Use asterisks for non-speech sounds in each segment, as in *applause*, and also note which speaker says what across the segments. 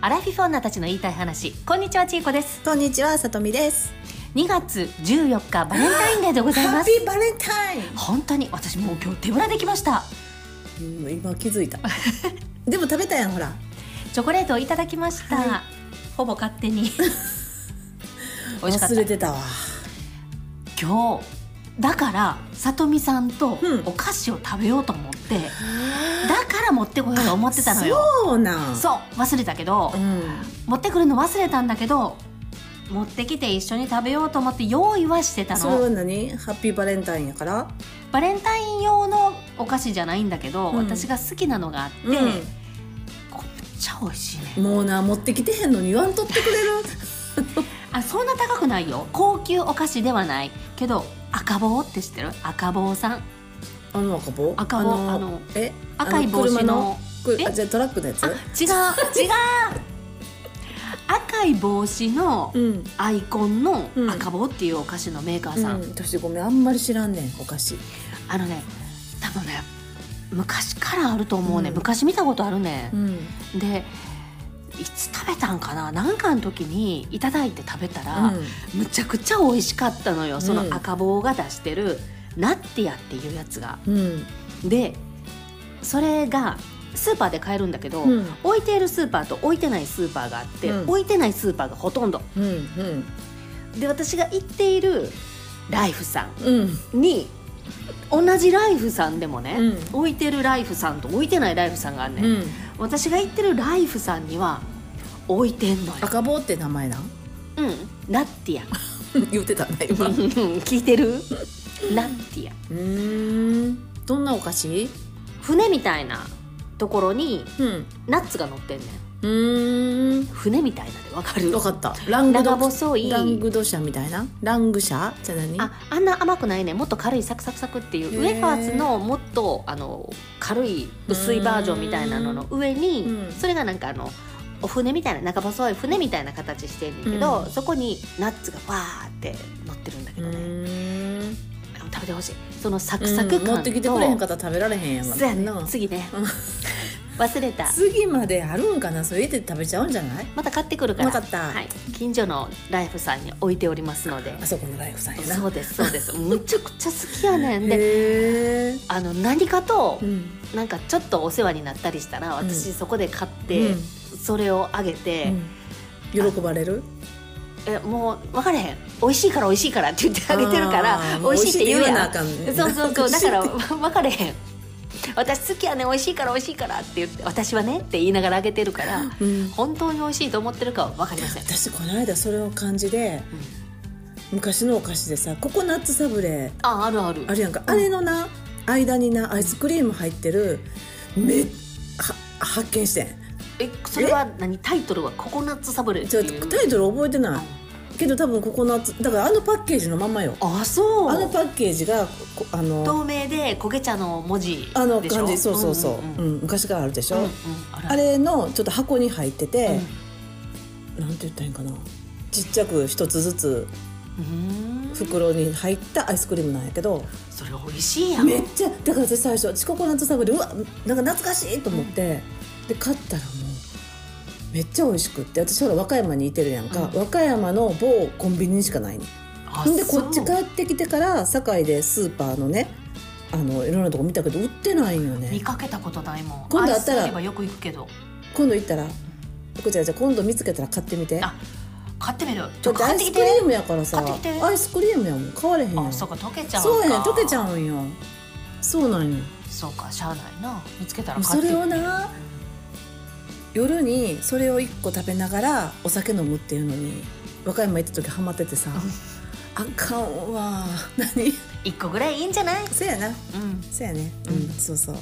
Speaker 1: アラフィフ女たちの言いたい話こんにちはちいこです
Speaker 2: こんにちは、さとみです。
Speaker 1: 2月14日バレンタインデーでござい
Speaker 2: ハ
Speaker 1: ま
Speaker 2: ッ
Speaker 1: す
Speaker 2: ピーバレンタイ
Speaker 1: 本当に私もう今日手ぶらできました
Speaker 2: ン。うん、今気
Speaker 1: *laughs*
Speaker 2: づいた。でも食べたやん、ほら。
Speaker 1: チョコレートをいただきました、
Speaker 2: は
Speaker 1: ほぼ勝手に
Speaker 2: *laughs*
Speaker 1: 美味しかった
Speaker 2: 忘れてたわ。
Speaker 1: 今日だからさとみさんと
Speaker 2: うん
Speaker 1: お菓子を食べようと思って、だから持ってこようと思ってたのよ
Speaker 2: そうなん。
Speaker 1: そう忘れたけど、
Speaker 2: うん。
Speaker 1: 持ってくるの忘れたんだけど持ってきて一緒に食べようと思って用意はしてた
Speaker 2: それ
Speaker 1: の
Speaker 2: は何ハッピーバレンタインやから
Speaker 1: バレンタイン用のお菓子じゃないんだけど、
Speaker 2: うん
Speaker 1: 私が好きなのがあって、これめっ
Speaker 2: う
Speaker 1: ちゃ美味しいね
Speaker 2: ん。もうな、持ってきてへんのに言わんとってくれる。 *laughs*
Speaker 1: あそんな高くないよ高級お菓子ではないけど赤棒って知ってる赤棒さん
Speaker 2: あの赤棒
Speaker 1: 赤棒あの
Speaker 2: え
Speaker 1: 赤い帽
Speaker 2: あ
Speaker 1: 子の
Speaker 2: 車く
Speaker 1: え
Speaker 2: あ、じゃあトラックのやつ
Speaker 1: あ違う違う赤い帽子の
Speaker 2: うん。
Speaker 1: アイコンの
Speaker 2: うん
Speaker 1: 赤棒っていうお菓子のメーカー
Speaker 2: う
Speaker 1: さん、
Speaker 2: ん、私ごめんあんまり知らんねんお菓子
Speaker 1: あのね多分ね昔からあると思うね、
Speaker 2: うん
Speaker 1: 昔見たことあるね、
Speaker 2: ん
Speaker 1: でいつ食べたんかななんかの時にいただいて食べたら、
Speaker 2: あ
Speaker 1: むちゃくちゃ美味しかったのよそ
Speaker 2: うん
Speaker 1: の赤棒が出してる、ナッティアっていうやつが
Speaker 2: うん
Speaker 1: でそれがスーパーで買えるんだけど、
Speaker 2: うん
Speaker 1: 置いているスーパーと置いてないスーパーがあって、
Speaker 2: うん
Speaker 1: 置いてないスーパーがほとんど
Speaker 2: うんうん
Speaker 1: で私が行っているライフさん
Speaker 2: うん
Speaker 1: に同じライフさんでもね、
Speaker 2: う
Speaker 1: 置いてるライフさんと置いてないライフさんがあんね、
Speaker 2: うんん
Speaker 1: 私が行ってるライフさんには置いてんのよ
Speaker 2: 赤棒って名前なん
Speaker 1: うんナッティア
Speaker 2: *laughs* 言ってたね今う
Speaker 1: 聞いてる
Speaker 2: *laughs*
Speaker 1: ナッティア
Speaker 2: ーんどんなお菓子
Speaker 1: 船みたいなところに
Speaker 2: うん
Speaker 1: ナッツが乗ってんねん
Speaker 2: うーん
Speaker 1: 船みたいなんでわかる
Speaker 2: 分かったラングド
Speaker 1: 長細い
Speaker 2: ラングド社みたいなラング社じゃあ何
Speaker 1: ああんな甘くないねもっと軽いサクサクサクっていう
Speaker 2: へ
Speaker 1: ウ
Speaker 2: ー
Speaker 1: ェファーズのもっとあの軽い薄いバージョンみたいなのの上に、
Speaker 2: うん
Speaker 1: それがなんかあのお船みたいな中細い船みたいな形してんねんけど、
Speaker 2: うん
Speaker 1: そこにナッツがバーって乗ってるんだけ
Speaker 2: う
Speaker 1: どね、
Speaker 2: ーん
Speaker 1: 食べてほしいそのサクサク感と、
Speaker 2: うん持ってきてくれへんかったら食べられへんやん
Speaker 1: そうやね
Speaker 2: な
Speaker 1: 次ね
Speaker 2: うん
Speaker 1: 忘れた
Speaker 2: 次まであるんかなそれで食べちゃうんじゃない
Speaker 1: また買ってくるから
Speaker 2: 分かった、
Speaker 1: はい、近所のライフさんに置いておりますので
Speaker 2: あそこのライフさんやな
Speaker 1: そうですそうですむちゃくちゃ好きやねんで
Speaker 2: へえ
Speaker 1: あの何かと
Speaker 2: うん
Speaker 1: なんかちょっとお世話になったりしたら私そこで買って、
Speaker 2: うん
Speaker 1: それをあげて、
Speaker 2: うん喜ばれる
Speaker 1: えもう分からへん美味しいから美味しいからって言ってあげてるから
Speaker 2: あー
Speaker 1: 美味しいって言うや
Speaker 2: 美味しいって言わなんあかんね
Speaker 1: そうそうそうだから
Speaker 2: 美味
Speaker 1: 分かれへん私好きやね美味しいから美味しいからって言って私はねって言いながらあげてるから
Speaker 2: うん
Speaker 1: 本当に美味しいと思ってるかは分かりません、
Speaker 2: 私この間それを感じで
Speaker 1: うん
Speaker 2: 昔のお菓子でさココナッツサブレ
Speaker 1: ああるある
Speaker 2: あるやんか、
Speaker 1: うん
Speaker 2: あれのな間になアイスクリーム入ってるめっは発見してん
Speaker 1: えそれは何タイトルはココナッツサブレって
Speaker 2: ちょっ
Speaker 1: いう
Speaker 2: とタイトル覚えてないけど多分ココナッツだからあのパッケージのままよ
Speaker 1: あそう
Speaker 2: あのパッケージがこあの
Speaker 1: 透明で焦げ茶の文字でしょ
Speaker 2: あの感じそうそうそう、うん
Speaker 1: んんん
Speaker 2: 昔からあるでしょ、
Speaker 1: うんうんあ
Speaker 2: あ
Speaker 1: れ
Speaker 2: れのちょっと箱に入ってて
Speaker 1: うん、
Speaker 2: なんて言ったらいいんかなちっちゃく一つずつ
Speaker 1: うん
Speaker 2: 袋に入ったアイスクリームなんやけど、
Speaker 1: それ美味しいやん
Speaker 2: めっちゃだから私最初私ココナッツサブでうわなんか懐かしいと思って、で買ったらもうめっちゃ美味しくって私ほら和歌山にいてるやんか、
Speaker 1: うん
Speaker 2: 和歌山の某コンビニにしかないね
Speaker 1: あ
Speaker 2: んでこっち
Speaker 1: そう
Speaker 2: 帰ってきてから堺でスーパーのねあのいろんなとこ見たけど売ってないんよ
Speaker 1: 見
Speaker 2: ね
Speaker 1: かけたことないもん
Speaker 2: 今度あったら
Speaker 1: アイス行けばよく行くけど
Speaker 2: 今度行ったらこちらじゃあ今度見つけたら買ってみて
Speaker 1: あ買ってみるち
Speaker 2: だ
Speaker 1: ょ
Speaker 2: っ
Speaker 1: ってと
Speaker 2: ア
Speaker 1: 買
Speaker 2: イ
Speaker 1: って
Speaker 2: ス
Speaker 1: き
Speaker 2: クリ
Speaker 1: て
Speaker 2: ームやからさ
Speaker 1: 買ってきて
Speaker 2: アイスクリームやもん買われへんやん
Speaker 1: あそうか溶けちゃうか
Speaker 2: そうやねん溶けちゃ
Speaker 1: う
Speaker 2: うんよそうなんよ
Speaker 1: そうかしゃあないな見つけたら買
Speaker 2: そ
Speaker 1: って
Speaker 2: れをな夜にそれを1個食べながらお酒飲むっていうのに和歌山行った時ハマっててさあかんわ何 *laughs*
Speaker 1: 一個ぐらいいいんじゃない
Speaker 2: そやな
Speaker 1: うん
Speaker 2: そやねうん、
Speaker 1: うん
Speaker 2: そうそう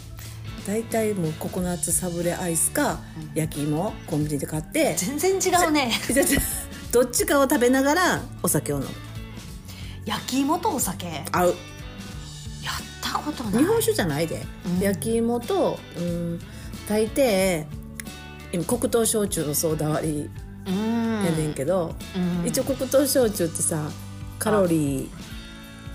Speaker 2: 大体もうココナッツサブレアイスか
Speaker 1: うん
Speaker 2: 焼き芋コンビニで買って
Speaker 1: 全然違うね
Speaker 2: じゃじゃ *laughs* どっちかを食べながらお酒を飲む
Speaker 1: 焼き芋とお酒やっ
Speaker 2: 合う
Speaker 1: たことない
Speaker 2: 日本酒じゃないで
Speaker 1: うん
Speaker 2: 焼き芋とうん大抵今黒糖焼酎のソーダ割
Speaker 1: うん
Speaker 2: りやねんけど、
Speaker 1: うん
Speaker 2: 一応黒糖焼酎ってさカロリ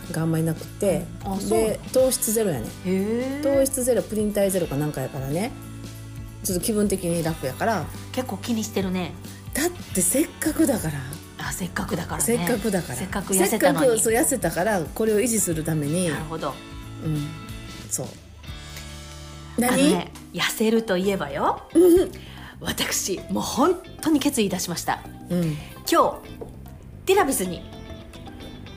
Speaker 2: ーがあんまりなくて
Speaker 1: あそう
Speaker 2: で糖質ゼロやねん
Speaker 1: へえ
Speaker 2: 糖質ゼロプリン体ゼロかなんかやからねちょっと気分的に楽やから
Speaker 1: 結構気にしてるね
Speaker 2: だってせっかくだから
Speaker 1: あせっかくだからね
Speaker 2: せっかくだから
Speaker 1: せっかく痩せたの
Speaker 2: せっか
Speaker 1: に
Speaker 2: くそう痩せたからこれを維持するために
Speaker 1: なるほど
Speaker 2: うんそう
Speaker 1: あの
Speaker 2: 何、
Speaker 1: ね痩せるといえばよ私もう本当に決意いたしました
Speaker 2: うん
Speaker 1: 今日ティラピスに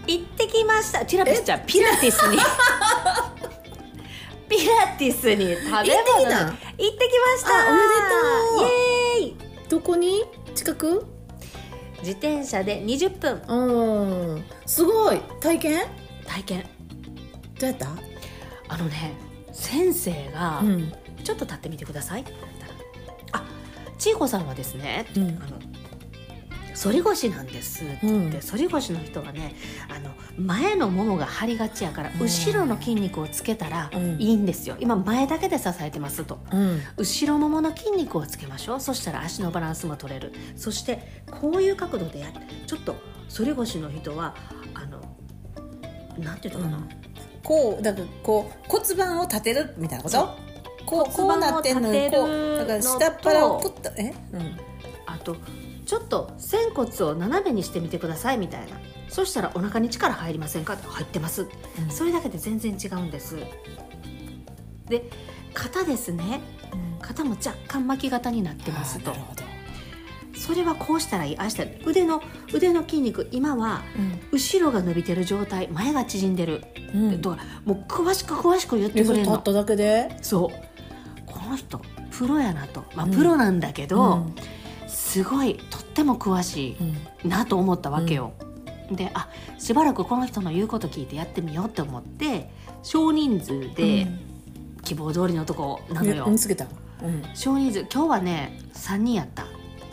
Speaker 1: 行ってきましたティラピスじゃんピラティス
Speaker 2: *laughs*
Speaker 1: にピラティスに食べ物に
Speaker 2: 行ってきた
Speaker 1: 行ってきました
Speaker 2: あおめ
Speaker 1: イエーイ
Speaker 2: どこに近く
Speaker 1: 自転車で20分
Speaker 2: うんすごい体験
Speaker 1: 体験
Speaker 2: どうやった
Speaker 1: あのね先生が、
Speaker 2: ん
Speaker 1: ちょっと立ってみてください」って言われたら「あちいこさんはですね」
Speaker 2: うん
Speaker 1: あの反り腰なんです」って言って、
Speaker 2: うん
Speaker 1: 反り腰の人はねあの前のももが張りがちやから、
Speaker 2: うん
Speaker 1: 後ろの筋肉をつけたら
Speaker 2: うん
Speaker 1: いいんですよ、今前だけで支えてますと。
Speaker 2: うん
Speaker 1: 後ろももの筋肉をつけましょうそしたら足のバランスも取れるそしてこういう角度でやってちょっと反り腰の人はあのなんていうのかな、
Speaker 2: うんこうだからこう骨盤を立てるみたいなことこうこ
Speaker 1: 骨盤
Speaker 2: うな
Speaker 1: を
Speaker 2: って
Speaker 1: 立
Speaker 2: んの
Speaker 1: てる
Speaker 2: にこうだから下っ腹をプッとえうん
Speaker 1: あとちょっと仙骨を斜めにしてみてくださいみたいなそしたらお腹に力入りませんかって入ってますそれだけで全然違うんですで肩ですね肩も若干巻き型になってますと
Speaker 2: あーなるほど
Speaker 1: それはこうしたらいいああしたらいい腕の腕の筋肉今は後ろが伸びてる状態前が縮んでる、
Speaker 2: うん
Speaker 1: だからもう詳しく詳しく言っ
Speaker 2: で
Speaker 1: て
Speaker 2: そ
Speaker 1: くれ
Speaker 2: れ
Speaker 1: る
Speaker 2: 立
Speaker 1: の
Speaker 2: っただけで
Speaker 1: そうこの人プロやなとまあ
Speaker 2: うん
Speaker 1: プロなんだけど、
Speaker 2: うん
Speaker 1: すごいとっても詳しい
Speaker 2: うん
Speaker 1: なと思ったわけよ。であしばらくこの人の言うこと聞いてやってみようって思って少人数で希望通りのとこなのよ。
Speaker 2: うん見つけたうん
Speaker 1: 少人数今日はね3人やった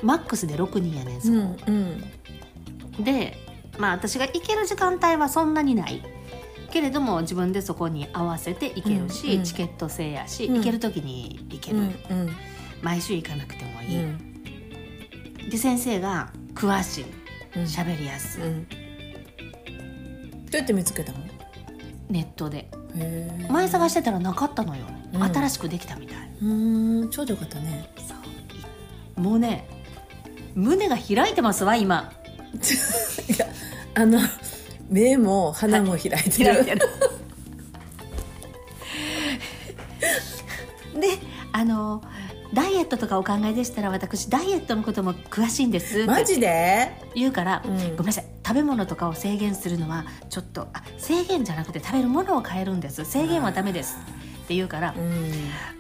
Speaker 1: マックスで6人やねんそこ、
Speaker 2: うん
Speaker 1: でまあ私が行ける時間帯はそんなにないけれども自分でそこに合わせて行けるし、
Speaker 2: うんうん
Speaker 1: チケット制やし、
Speaker 2: うん
Speaker 1: 行ける時に行け
Speaker 2: う
Speaker 1: る、
Speaker 2: んうん
Speaker 1: 毎週行かなくても
Speaker 2: う
Speaker 1: いい、
Speaker 2: ん
Speaker 1: で先生が詳しい
Speaker 2: うん
Speaker 1: 喋りやすい、
Speaker 2: うんどうやって見つけたの
Speaker 1: ネットで
Speaker 2: へー
Speaker 1: 前探してたらなかったのよ、
Speaker 2: うん
Speaker 1: 新しくできたみたいう
Speaker 2: ーんちょうどよかったね
Speaker 1: もうね胸が開いてますわ今
Speaker 2: いやあの目も鼻も開いてる、
Speaker 1: 開いてる *laughs* であのダイエットとかお考えでしたら私ダイエットのことも詳しいんです
Speaker 2: マジで、
Speaker 1: 言うから、
Speaker 2: うん
Speaker 1: ごめんなさい食べ物とかを制限するのはちょっとあ制限じゃなくて食べるものを変えるんです制限はダメですって言うから
Speaker 2: うん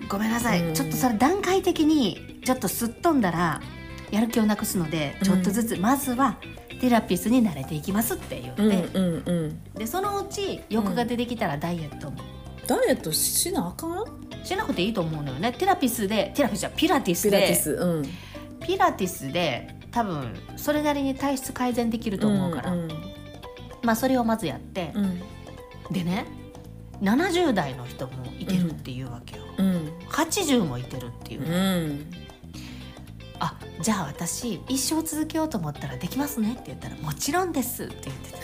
Speaker 1: ごめんなさい、
Speaker 2: うん
Speaker 1: ちょっとそれ段階的にちょっとすっ飛んだらやる気をなくすのでちょっとずつ、まずはテラピスに慣れていきますって言って、
Speaker 2: うんうんうん
Speaker 1: でそのうち欲が出てきたらダイエットも
Speaker 2: ダイエットしなあかん
Speaker 1: しなくていいと思うのよねテラピスでテラピスじゃピラティス
Speaker 2: ピ
Speaker 1: で
Speaker 2: ラティスうん
Speaker 1: ピラティスで多分それなりに体質改善できると思うから、
Speaker 2: ん
Speaker 1: まあそれをまずやって、
Speaker 2: うん
Speaker 1: でね70代の人もいけるっていうわけよ、
Speaker 2: うん
Speaker 1: 80もいけるっていうう、
Speaker 2: ん
Speaker 1: あじゃあ私一生続けようと思ったらできますねって言ったら「もちろんです」って言ってた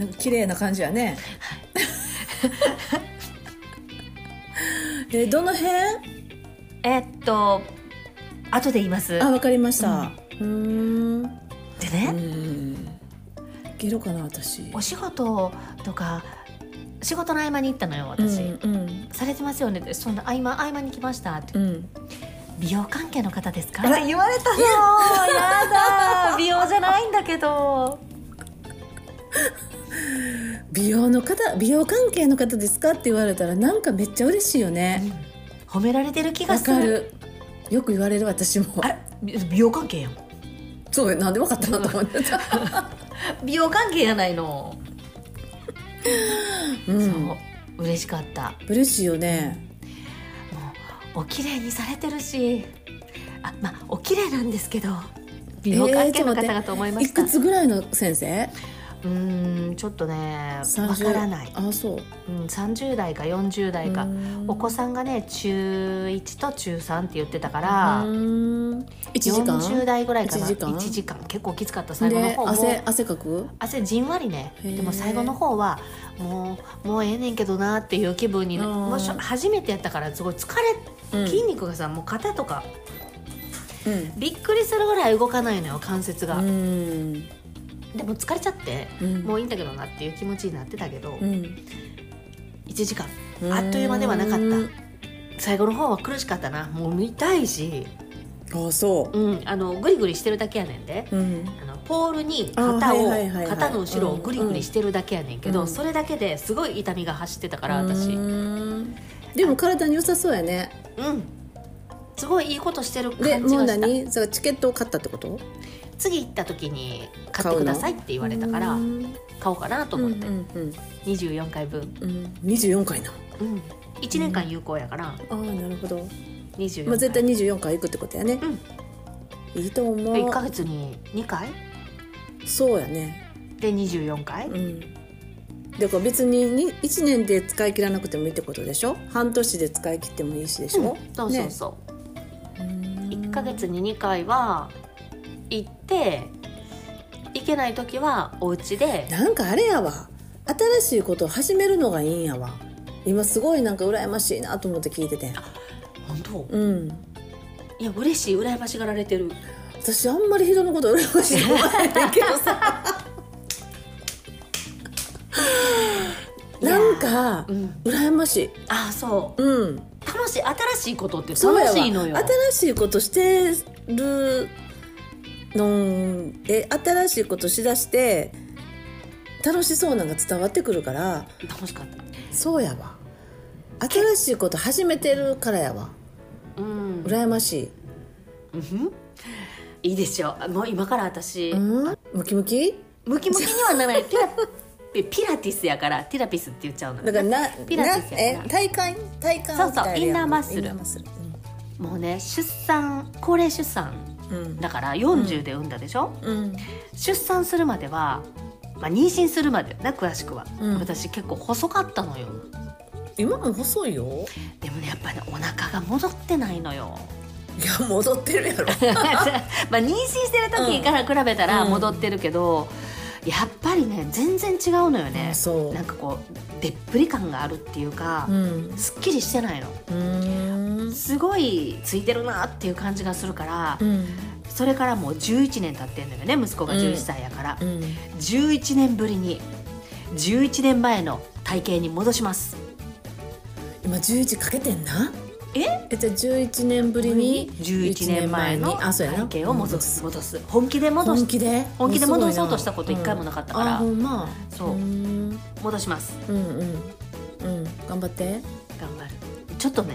Speaker 2: なんか綺麗な感じやね *laughs* えどの辺
Speaker 1: えっと後で言います
Speaker 2: あわかりましたうんん
Speaker 1: で
Speaker 2: う
Speaker 1: ね、
Speaker 2: んいけるかな私
Speaker 1: お仕事とか仕事の合間に行ったのよ私、
Speaker 2: うん
Speaker 1: されてますよねってそんな合間合間に来ましたって
Speaker 2: うん、うん
Speaker 1: 美容関係の方ですか
Speaker 2: あら
Speaker 1: 言われたよやだ美容じゃないんだけど
Speaker 2: 美容の方美容関係の方ですかって言われたらなんかめっちゃ嬉しいよね
Speaker 1: 褒められてる気が
Speaker 2: わ
Speaker 1: す
Speaker 2: か
Speaker 1: る
Speaker 2: るよく言われる私も
Speaker 1: あれ美美容関係やん
Speaker 2: そうなんでわかったなと思ってた、
Speaker 1: 美容関係やないの、
Speaker 2: うん、
Speaker 1: そう嬉しかった
Speaker 2: 嬉しいよね
Speaker 1: もうお綺麗にされてるしあまあお綺麗なんですけど美容関係の方がと思いま
Speaker 2: い
Speaker 1: した、
Speaker 2: くつぐらいの先生
Speaker 1: うーんちょっとね
Speaker 2: 30
Speaker 1: わからない、
Speaker 2: あそう
Speaker 1: うん、30代か40代かお子さんがね中1と中3って言ってたから
Speaker 2: 1時間
Speaker 1: 40代ぐらいかな
Speaker 2: 一時間
Speaker 1: 一時間結構きつかった最後の
Speaker 2: で
Speaker 1: 方も
Speaker 2: 汗汗かく
Speaker 1: 汗じんわりね
Speaker 2: へー
Speaker 1: でも最後の方はもうもうええねんけどなっていう気分にね
Speaker 2: うん
Speaker 1: もうしょ初めてやったからすごい疲れ
Speaker 2: うん
Speaker 1: 筋肉がさもう肩とか
Speaker 2: うん
Speaker 1: びっくりするぐらい動かないのよ関節が、
Speaker 2: うん
Speaker 1: でも疲れちゃって
Speaker 2: うん
Speaker 1: もういいんだけどなっていう気持ちになってたけど、
Speaker 2: うん
Speaker 1: 1時間あっという間ではなかった
Speaker 2: うん
Speaker 1: 最後の方は苦しかったなもう痛いし、
Speaker 2: あそ
Speaker 1: うん、あのグリグリしてるだけやねんで
Speaker 2: ううん
Speaker 1: あのポールに肩
Speaker 2: あ
Speaker 1: を
Speaker 2: はいはいはいはい
Speaker 1: 肩の後ろをグリグリしてるだけやねんけど、
Speaker 2: うん
Speaker 1: それだけですごい痛みが走ってたから私うん、
Speaker 2: うんでも体に良さそうやね
Speaker 1: すごいいいことしてる
Speaker 2: で
Speaker 1: 感じ
Speaker 2: もう
Speaker 1: がした
Speaker 2: 何それチケットを買ったってこと
Speaker 1: 次行った時に買ってくださいって言われたから
Speaker 2: うん
Speaker 1: 買おうかなと思って、
Speaker 2: うんうん
Speaker 1: 24回分、
Speaker 2: うんうん24回な
Speaker 1: うん、1年間有効やから
Speaker 2: ああなるほど、
Speaker 1: 24回、
Speaker 2: まあ、絶対24回行くってことやね
Speaker 1: うん、
Speaker 2: いいと思
Speaker 1: 1ヶ
Speaker 2: う
Speaker 1: 月に2回
Speaker 2: そうやね
Speaker 1: で24回、
Speaker 2: うんだから別にに1年で使い切らなくてもいいってことでしょ半年で使い切ってもいいしでしょ、
Speaker 1: うんそうそうそう、1ヶ月
Speaker 2: に
Speaker 1: に2回は行って行けない時はお家で
Speaker 2: なんかあれやわ新しいことを始めるのがいいんやわ今すごいなんか羨ましいなと思って聞いてて
Speaker 1: 本当
Speaker 2: うん
Speaker 1: いや嬉しい羨ましがられてる
Speaker 2: 私あんまり人のこと羨ましいと思わないけどさ
Speaker 1: *laughs*
Speaker 2: なんか
Speaker 1: うん
Speaker 2: 羨ましい
Speaker 1: あそう
Speaker 2: うん
Speaker 1: 楽しい新しいことって
Speaker 2: そうやわ
Speaker 1: 楽しいのよ
Speaker 2: 新しいことしてるのえ新しいことしだして楽しそうなんが伝わってくるから
Speaker 1: 楽しかった
Speaker 2: そうやわ新しいこと始めてるからやわ
Speaker 1: うん、
Speaker 2: 羨まし
Speaker 1: うんいいでしょうもう今から私、
Speaker 2: い、うん、ムキムキ
Speaker 1: ムキムキにはならないピラピピラティスやからティラピスって言っちゃうの
Speaker 2: だからな
Speaker 1: ピラティス
Speaker 2: な
Speaker 1: や
Speaker 2: え
Speaker 1: な
Speaker 2: 体幹体幹
Speaker 1: そうそう
Speaker 2: 鍛えるやん
Speaker 1: インナーマッスル
Speaker 2: インナーマッスル
Speaker 1: もうね出産高齢出産
Speaker 2: うん
Speaker 1: だから40で産んだでしょ、
Speaker 2: うん
Speaker 1: 出産するまでは、まあ、妊娠するまでな詳しくは、
Speaker 2: うん
Speaker 1: 私結構細かったのよ
Speaker 2: 今も細いよ
Speaker 1: でもねやっぱねお腹が戻ってないの
Speaker 2: *laughs*
Speaker 1: よ
Speaker 2: いや戻ってるやろ
Speaker 1: まあ妊娠してる時から比べたら
Speaker 2: うん
Speaker 1: 戻ってるけど、やっぱりね全然違うのよ *laughs* ね、
Speaker 2: そう
Speaker 1: なんかこうでっぷり感があるっていうか、
Speaker 2: うん
Speaker 1: すっきりしてないの
Speaker 2: うん
Speaker 1: すごいついてるなっていう感じがするから、
Speaker 2: うん
Speaker 1: それからもう11年経ってんのよね息子が11歳やから、
Speaker 2: うん
Speaker 1: 11年ぶりに11年前の体型に戻します
Speaker 2: 今11かけてんな
Speaker 1: え
Speaker 2: えじゃあ11年ぶりに
Speaker 1: 11年前の
Speaker 2: あそう
Speaker 1: 体
Speaker 2: やな
Speaker 1: 型を戻す戻す本気で戻
Speaker 2: 本
Speaker 1: し
Speaker 2: 気で
Speaker 1: 本気で戻そうとしたこと一回もなかったから
Speaker 2: あほんま
Speaker 1: そう
Speaker 2: うん
Speaker 1: 戻します
Speaker 2: うんうんうん頑張って
Speaker 1: 頑張るちょっとね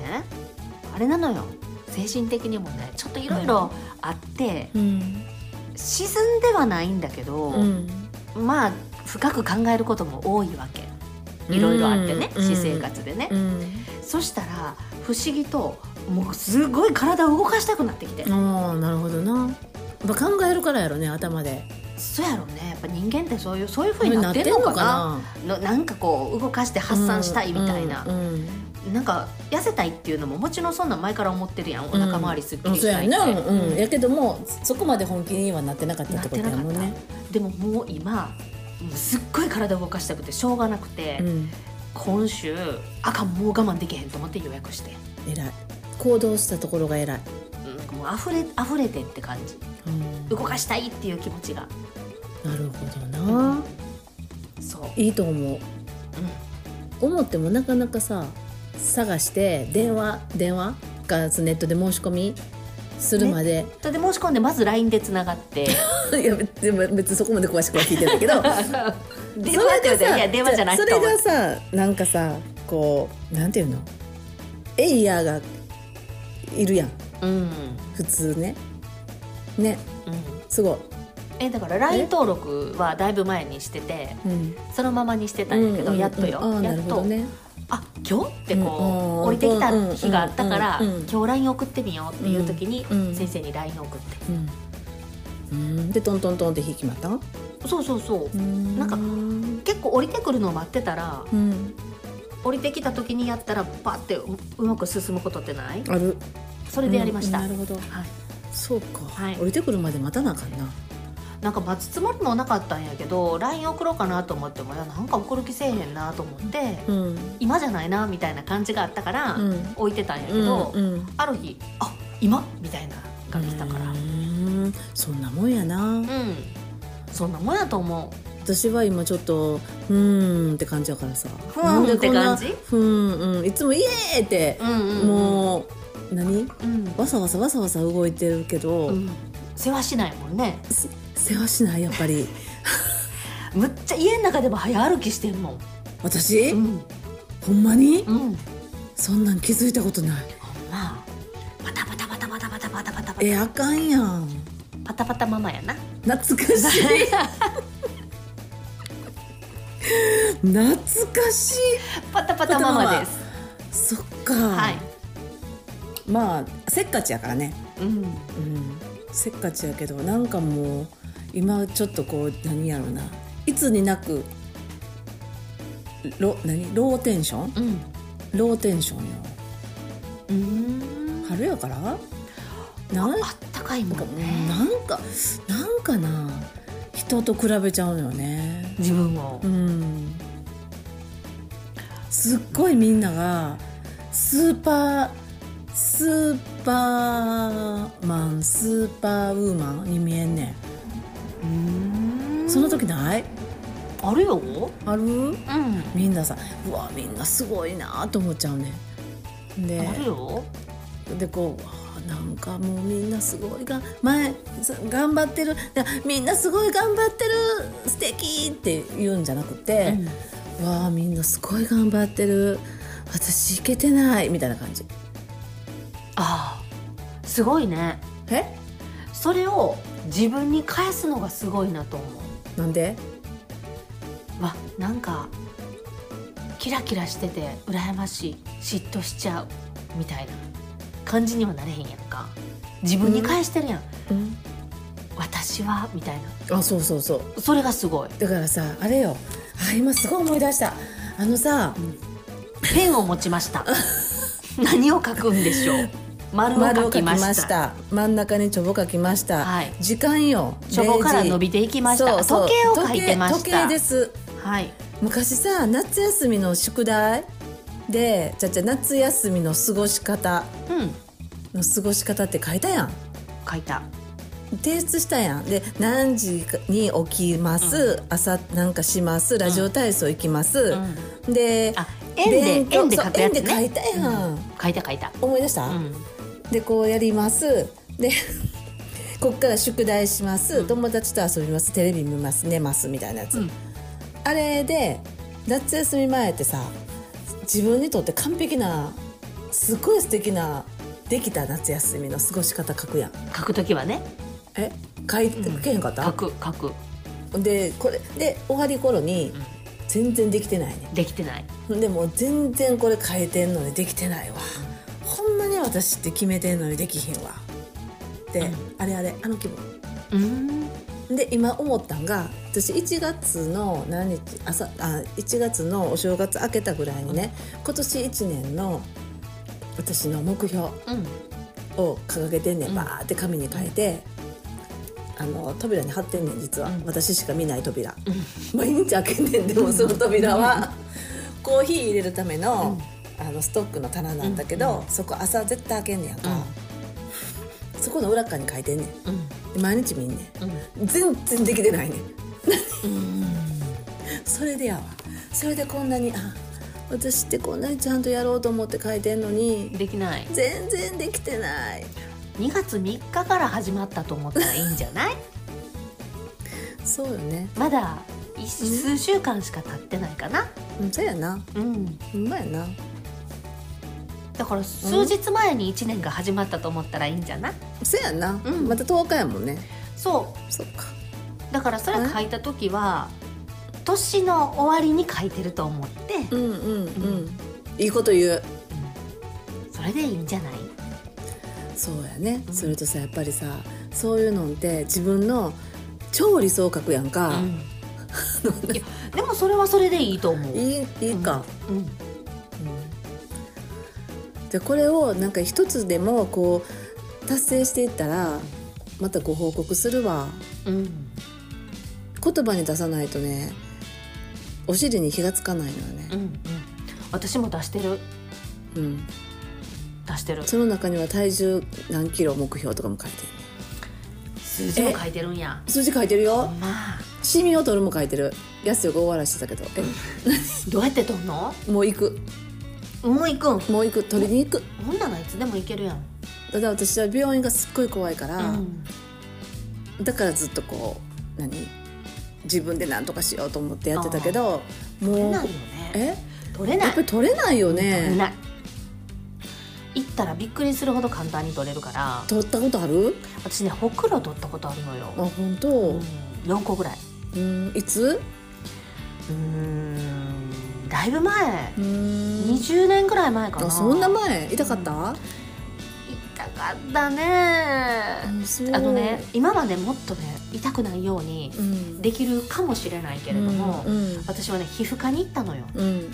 Speaker 1: あれなのよ精神的にもねちょっといろいろあって、
Speaker 2: うん
Speaker 1: 沈んではないんだけど、
Speaker 2: うん
Speaker 1: まあ深く考えることも多いわけいろいろあってね、
Speaker 2: うん
Speaker 1: 私生活でね、
Speaker 2: うん
Speaker 1: そしたら不思議ともうすごい体を動かしたくなってきて、
Speaker 2: ああなるほどなやっぱ考えるからやろね頭で
Speaker 1: そうやろねやっぱ人間ってそういうそういうふうになってんのかなのなんかこう動かして発散したいみたいな、
Speaker 2: うんうん
Speaker 1: なんか痩せたいっていうのももちろんそんなん前から思ってるやんお
Speaker 2: うん
Speaker 1: 腹周りすっき
Speaker 2: うん
Speaker 1: り
Speaker 2: そ
Speaker 1: し
Speaker 2: う
Speaker 1: た
Speaker 2: や
Speaker 1: いって、
Speaker 2: ねうんやけどもそこまで本気にはなってなかったってことやもん
Speaker 1: なっ
Speaker 2: ね
Speaker 1: でももう今もうすっごい体を動かしたくてしょうがなくて、
Speaker 2: うん
Speaker 1: 今週あかんもう我慢できへんと思って予約して、
Speaker 2: 偉い行動したところが偉い
Speaker 1: うん、なんかもう溢れ溢れてって感じ
Speaker 2: うん
Speaker 1: 動かしたいっていう気持ちが、
Speaker 2: なるほどな、
Speaker 1: そう、
Speaker 2: いいと思う思ってもなかなかさ探して電話電話かネットで申し込みするまで、
Speaker 1: それで申し込んでまず LINE でつながって
Speaker 2: *laughs* いや別に別にそこまで詳しくは聞いてないけど *laughs*
Speaker 1: 電話って言うていや電話じゃない
Speaker 2: そ
Speaker 1: と
Speaker 2: れ
Speaker 1: 思う
Speaker 2: がさなんかさこうなんていうのエイヤーがいるやん
Speaker 1: うん、うん、
Speaker 2: 普通ねねすごい、
Speaker 1: えだから LINE 登録はだいぶ前にしてて
Speaker 2: うん、
Speaker 1: そのままにしてたんやけど、やっとよ、
Speaker 2: あー
Speaker 1: や
Speaker 2: な
Speaker 1: っ
Speaker 2: るほ
Speaker 1: と
Speaker 2: どね
Speaker 1: あ今日ってこう、
Speaker 2: うん
Speaker 1: 降りてきた日があったから、
Speaker 2: うんうんうん
Speaker 1: 今日 LINE 送ってみようっていう時に、
Speaker 2: うんうん
Speaker 1: 先生に LINE 送って、
Speaker 2: うんうんでトントントンって引きまった
Speaker 1: そうそうそう、
Speaker 2: なん
Speaker 1: か結構降りてくるのを待ってたら
Speaker 2: うん、
Speaker 1: 降りてきた時にやったらパッてううまく進むことってない
Speaker 2: ある
Speaker 1: それでやりました、
Speaker 2: うんなるほど
Speaker 1: はい、
Speaker 2: そうか、
Speaker 1: はい
Speaker 2: 降りてくるまで待たなあかんな
Speaker 1: なんか待つつもりもなかったんやけど LINE 送ろうかなと思ってもいやなんか送る気せえへんなと思って、
Speaker 2: うん
Speaker 1: 今じゃないなみたいな感じがあったから、
Speaker 2: うん
Speaker 1: 置いてたんやけ
Speaker 2: うん
Speaker 1: ど、
Speaker 2: うん
Speaker 1: ある日「あ今?」みたいなのが来たから
Speaker 2: うーんそんなもんやな
Speaker 1: うんそんなもんやと思
Speaker 2: 私は今ちょっとうーんって感じやからさ
Speaker 1: ふーんって感じ
Speaker 2: なんでこんなふーんうんいつもイエーイって
Speaker 1: う、、うんうん、
Speaker 2: もう何
Speaker 1: うん、
Speaker 2: わさわさわさわさ動いてるけど、
Speaker 1: うん、世話しないもんね
Speaker 2: せ世話しないやっぱり
Speaker 1: むっちゃ家の中でも早歩きしてんもん
Speaker 2: 私、
Speaker 1: うん
Speaker 2: ほんまに
Speaker 1: うん
Speaker 2: そんなん気づいたことない
Speaker 1: ほんまパタパタパタパタパタパタパタパ
Speaker 2: え
Speaker 1: タ
Speaker 2: あかんやん
Speaker 1: パタパタママやな
Speaker 2: 懐かしい懐かしい
Speaker 1: パタパタママです
Speaker 2: そっか、
Speaker 1: はい
Speaker 2: まあせっかちやからね
Speaker 1: うん
Speaker 2: うんせっかちやけどなんかもう今ちょっとこう何やろうないつになくロ何ローテンション
Speaker 1: うん
Speaker 2: ローテンションよ
Speaker 1: うーん
Speaker 2: 春やからなん
Speaker 1: あったかい
Speaker 2: なん
Speaker 1: も
Speaker 2: か
Speaker 1: んね
Speaker 2: なんかなんかな人と比べちゃうのよね
Speaker 1: 自分を
Speaker 2: うんすっごいみんながスーパースーパーマンスーパーウーマンに見えんね
Speaker 1: うー
Speaker 2: ん
Speaker 1: ん
Speaker 2: その時ない
Speaker 1: あるよう
Speaker 2: ある
Speaker 1: ん
Speaker 2: みんなさうわみんなすごいなと思っちゃうねんで
Speaker 1: あるよ
Speaker 2: でこうわあなんかもうみんなすごいが前す頑張ってるでみんなすごい頑張ってる素敵って言うんじゃなくて、わあみんなすごい頑張ってる私いけてないみたいな感じ
Speaker 1: ああすごいね
Speaker 2: え
Speaker 1: それを自分に返すのがすごいなと思
Speaker 2: なんで
Speaker 1: うわなんかキラキラしてて羨ましい嫉妬しちゃうみたいな感じにはなれへんやんか自分に返してるやん、
Speaker 2: うん
Speaker 1: 私はみたいな
Speaker 2: あそうそうそう
Speaker 1: それがすごい
Speaker 2: だからさあれよあ今すごい思い出したあのさ
Speaker 1: ペンを持ちました
Speaker 2: *laughs*
Speaker 1: 何を書くんでしょう丸を
Speaker 2: 丸
Speaker 1: 書
Speaker 2: を書き
Speaker 1: きま
Speaker 2: ま
Speaker 1: した
Speaker 2: した真ん中にちょぼ書きました、
Speaker 1: はい
Speaker 2: 時間よ
Speaker 1: チョコから伸びていきました
Speaker 2: そうそう
Speaker 1: 時計を書いてました
Speaker 2: 時計時計です
Speaker 1: はい
Speaker 2: 昔さ夏休みの宿題でじゃじゃ夏休みの過ごし方
Speaker 1: うん
Speaker 2: の過ごし方って書いたやん
Speaker 1: 書いた
Speaker 2: 提出したやんで何時に起きます、朝なんかしますラジオ体操行きます、で
Speaker 1: あ円
Speaker 2: 勉
Speaker 1: で
Speaker 2: 強
Speaker 1: 円で書くやつ
Speaker 2: そう円で書い
Speaker 1: ね
Speaker 2: たやん、
Speaker 1: 書いた書いた
Speaker 2: 思い出した、
Speaker 1: うん
Speaker 2: でこうやりますで *laughs* こっから宿題します、友達と遊びますテレビ見ます寝ますみたいなやつ、
Speaker 1: うん
Speaker 2: あれで夏休み前ってさ自分にとって完璧なすごい素敵なできた夏休みの過ごし方書くやん
Speaker 1: 書くときはね
Speaker 2: え書いて
Speaker 1: うん
Speaker 2: けへんかった
Speaker 1: 書、く書く
Speaker 2: でこれで終わり頃に
Speaker 1: うん
Speaker 2: 全然できてないね
Speaker 1: できてない
Speaker 2: でもう全然これ変えてんのにできてないわほんまに私って決めてんのにできひんわで、
Speaker 1: うん
Speaker 2: あれあれあの気分
Speaker 1: うん
Speaker 2: で今思ったんが私1月の何日朝あ1月のお正月明けたぐらいにね今年1年の私の目標
Speaker 1: うん
Speaker 2: を掲げてんね
Speaker 1: うん
Speaker 2: んバーって紙に書いて、あの扉に貼ってんねん実は、
Speaker 1: うん
Speaker 2: 私しか見ない扉、
Speaker 1: う
Speaker 2: 毎日開けんねんでもその扉は、コーヒー入れるための,、あのストックの棚なんだけど、
Speaker 1: うん
Speaker 2: そこ朝絶対開けんねやんか、そこの裏っ側に書いてんねん
Speaker 1: うん
Speaker 2: で毎日見んね
Speaker 1: うん
Speaker 2: ん全然できてないねん
Speaker 1: うん
Speaker 2: *laughs* それでやわそれでこんなにあ私ってこんなにちゃんとやろうと思って書いてんのに
Speaker 1: できない
Speaker 2: 全然できてない
Speaker 1: 2月3日から始まったと思ったらいいんじゃない *laughs*
Speaker 2: そうよね
Speaker 1: まだ一数週間しか経ってないかな
Speaker 2: うんそうやな
Speaker 1: うん
Speaker 2: ほんまやな
Speaker 1: だから数日前に1年が始まったと思ったらいいんじゃない
Speaker 2: そうやな、
Speaker 1: うん
Speaker 2: また10日やもんね
Speaker 1: そ
Speaker 2: そっか
Speaker 1: うだからそれ書いた時は年の終わりに書いてると思って
Speaker 2: うんうんうん、
Speaker 1: うん
Speaker 2: いいこと言う
Speaker 1: それでいいんじゃない
Speaker 2: そうやね、
Speaker 1: うん
Speaker 2: それとさやっぱりさそういうのって自分の超理想格やんか、
Speaker 1: *laughs* うん、いやでもそれはそれでいいと思う。
Speaker 2: いいいいか、
Speaker 1: うん、
Speaker 2: じゃあこれをなんか一つでもこう達成していったらまたご報告するわ
Speaker 1: うん、
Speaker 2: 言葉に出さないとねお尻に火がつかないのよね
Speaker 1: うん、うん、私も出してる
Speaker 2: うん、
Speaker 1: 出してる
Speaker 2: その中には体重何キロ目標とかも書いてる
Speaker 1: 数字も書いてるんや
Speaker 2: 数字書いてるよ
Speaker 1: まあ
Speaker 2: シミを取るも書いてるやすよが終わらしてたけど
Speaker 1: どうやって取んの
Speaker 2: えもう行く
Speaker 1: もう行くん
Speaker 2: もう行く取りに行く
Speaker 1: ほんならいつでも行けるやん
Speaker 2: ただ私は病院がすっごい怖いから、
Speaker 1: うん
Speaker 2: だからずっとこう何自分で何とかしようと思ってやってたけども
Speaker 1: 取れ
Speaker 2: う
Speaker 1: ないよね
Speaker 2: え
Speaker 1: 取れな
Speaker 2: や
Speaker 1: い
Speaker 2: っぱり取れないよ
Speaker 1: 取れ
Speaker 2: ね
Speaker 1: ない行ったらびっくりするほど簡単に取れるから
Speaker 2: 取ったことある
Speaker 1: 私ねほくろ取ったことあるの
Speaker 2: あ
Speaker 1: よ、
Speaker 2: 本
Speaker 1: う
Speaker 2: 当
Speaker 1: ん、4個ぐらい
Speaker 2: うんいつ
Speaker 1: うんだいぶ前
Speaker 2: うん
Speaker 1: 20年ぐらい前かな
Speaker 2: あそんな前痛かった、
Speaker 1: 痛かったね
Speaker 2: あそう
Speaker 1: あのね今までもっとね痛くないように
Speaker 2: うん
Speaker 1: できるかもしれないけれども、
Speaker 2: うんうん
Speaker 1: 私はね皮膚科に行ったのよ
Speaker 2: うん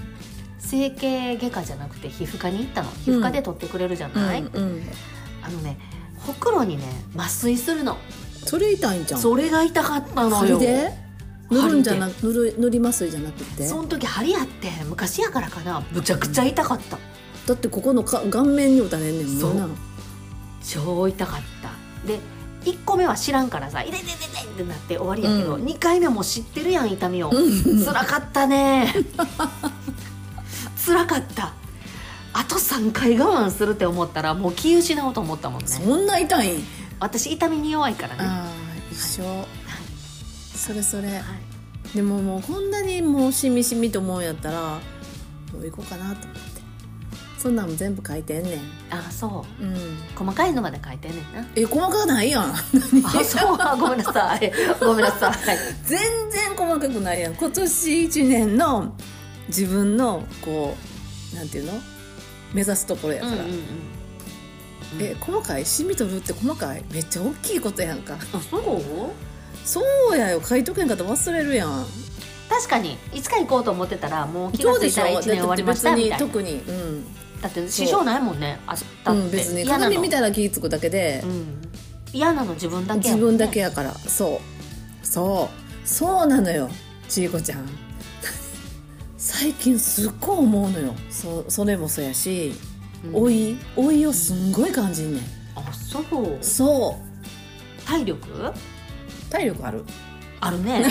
Speaker 1: 整形外科じゃなくて皮膚科に行ったの皮膚科で取ってくれるじゃない、
Speaker 2: うんうん
Speaker 1: あのねほくろにね麻酔するの
Speaker 2: それ痛いんじゃん
Speaker 1: それが痛かったのよ
Speaker 2: 針で塗るんじゃな
Speaker 1: 針
Speaker 2: く塗る塗りますじゃなくて
Speaker 1: その時針やって昔やからかなむちゃくちゃ痛かった、
Speaker 2: だってここのか顔面に打たれんねんもんな
Speaker 1: そう超痛かったで1個目は知らんからさ「痛い痛い痛い痛い」ってなって終わりやけど、
Speaker 2: うん
Speaker 1: 2回目も知ってるやん痛みを
Speaker 2: うん
Speaker 1: 辛かった
Speaker 2: *laughs*
Speaker 1: ね辛かったあと3回我慢するって思ったらもう気失おうと思ったもんね
Speaker 2: そんな痛いん
Speaker 1: 私痛みに弱いからね、は
Speaker 2: あー一緒、それそれ
Speaker 1: い
Speaker 2: でももうこんなにもうしみしみと思うんやったらもう行こうかなと思ってそんなんも全部書いてんねん
Speaker 1: あそう
Speaker 2: うん
Speaker 1: 細かいのまで書いてんねん
Speaker 2: *laughs*
Speaker 1: な
Speaker 2: え細かくないやん
Speaker 1: あそうあごめんなさいごめんなさい
Speaker 2: *laughs* 全然細かくないやん今年一年の自分のこうなんていうの目指すところやから、
Speaker 1: うん
Speaker 2: え細かいシミ取るって細かいめっちゃ大きいことやんか
Speaker 1: あそう
Speaker 2: そうやよ書いとけんかったら忘れるやん
Speaker 1: 確かにいつか行こうと思ってたらもう気
Speaker 2: そ
Speaker 1: が
Speaker 2: う
Speaker 1: 付
Speaker 2: で
Speaker 1: い
Speaker 2: した
Speaker 1: ら
Speaker 2: ょ
Speaker 1: 1年終わりました
Speaker 2: だって
Speaker 1: み
Speaker 2: 別
Speaker 1: た
Speaker 2: に
Speaker 1: いな
Speaker 2: 特にうん、
Speaker 1: だって支障ないもんねあった
Speaker 2: う
Speaker 1: って、
Speaker 2: ん、別に
Speaker 1: 嫌な
Speaker 2: 鏡
Speaker 1: の
Speaker 2: 見たら気ぃ付くだけで
Speaker 1: う、ん、嫌なの自分だけや
Speaker 2: 自
Speaker 1: もんね
Speaker 2: 分だけやからそうそうそうなのよちいこちゃん *laughs* 最近すっごい思うのよそそれもそうやし
Speaker 1: うん
Speaker 2: 老い老いをすんごい感じんねん
Speaker 1: あそう
Speaker 2: そう
Speaker 1: 体力
Speaker 2: 体力ある
Speaker 1: ある
Speaker 2: *laughs*
Speaker 1: ね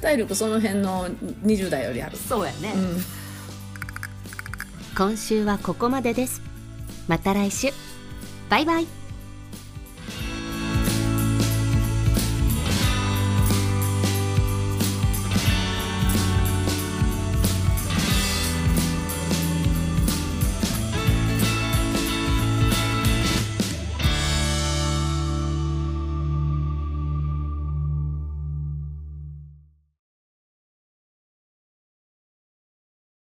Speaker 2: 体力その辺の20代よりある
Speaker 1: そうやね、
Speaker 2: うん
Speaker 1: 今週はここまでですまた来週バイバイ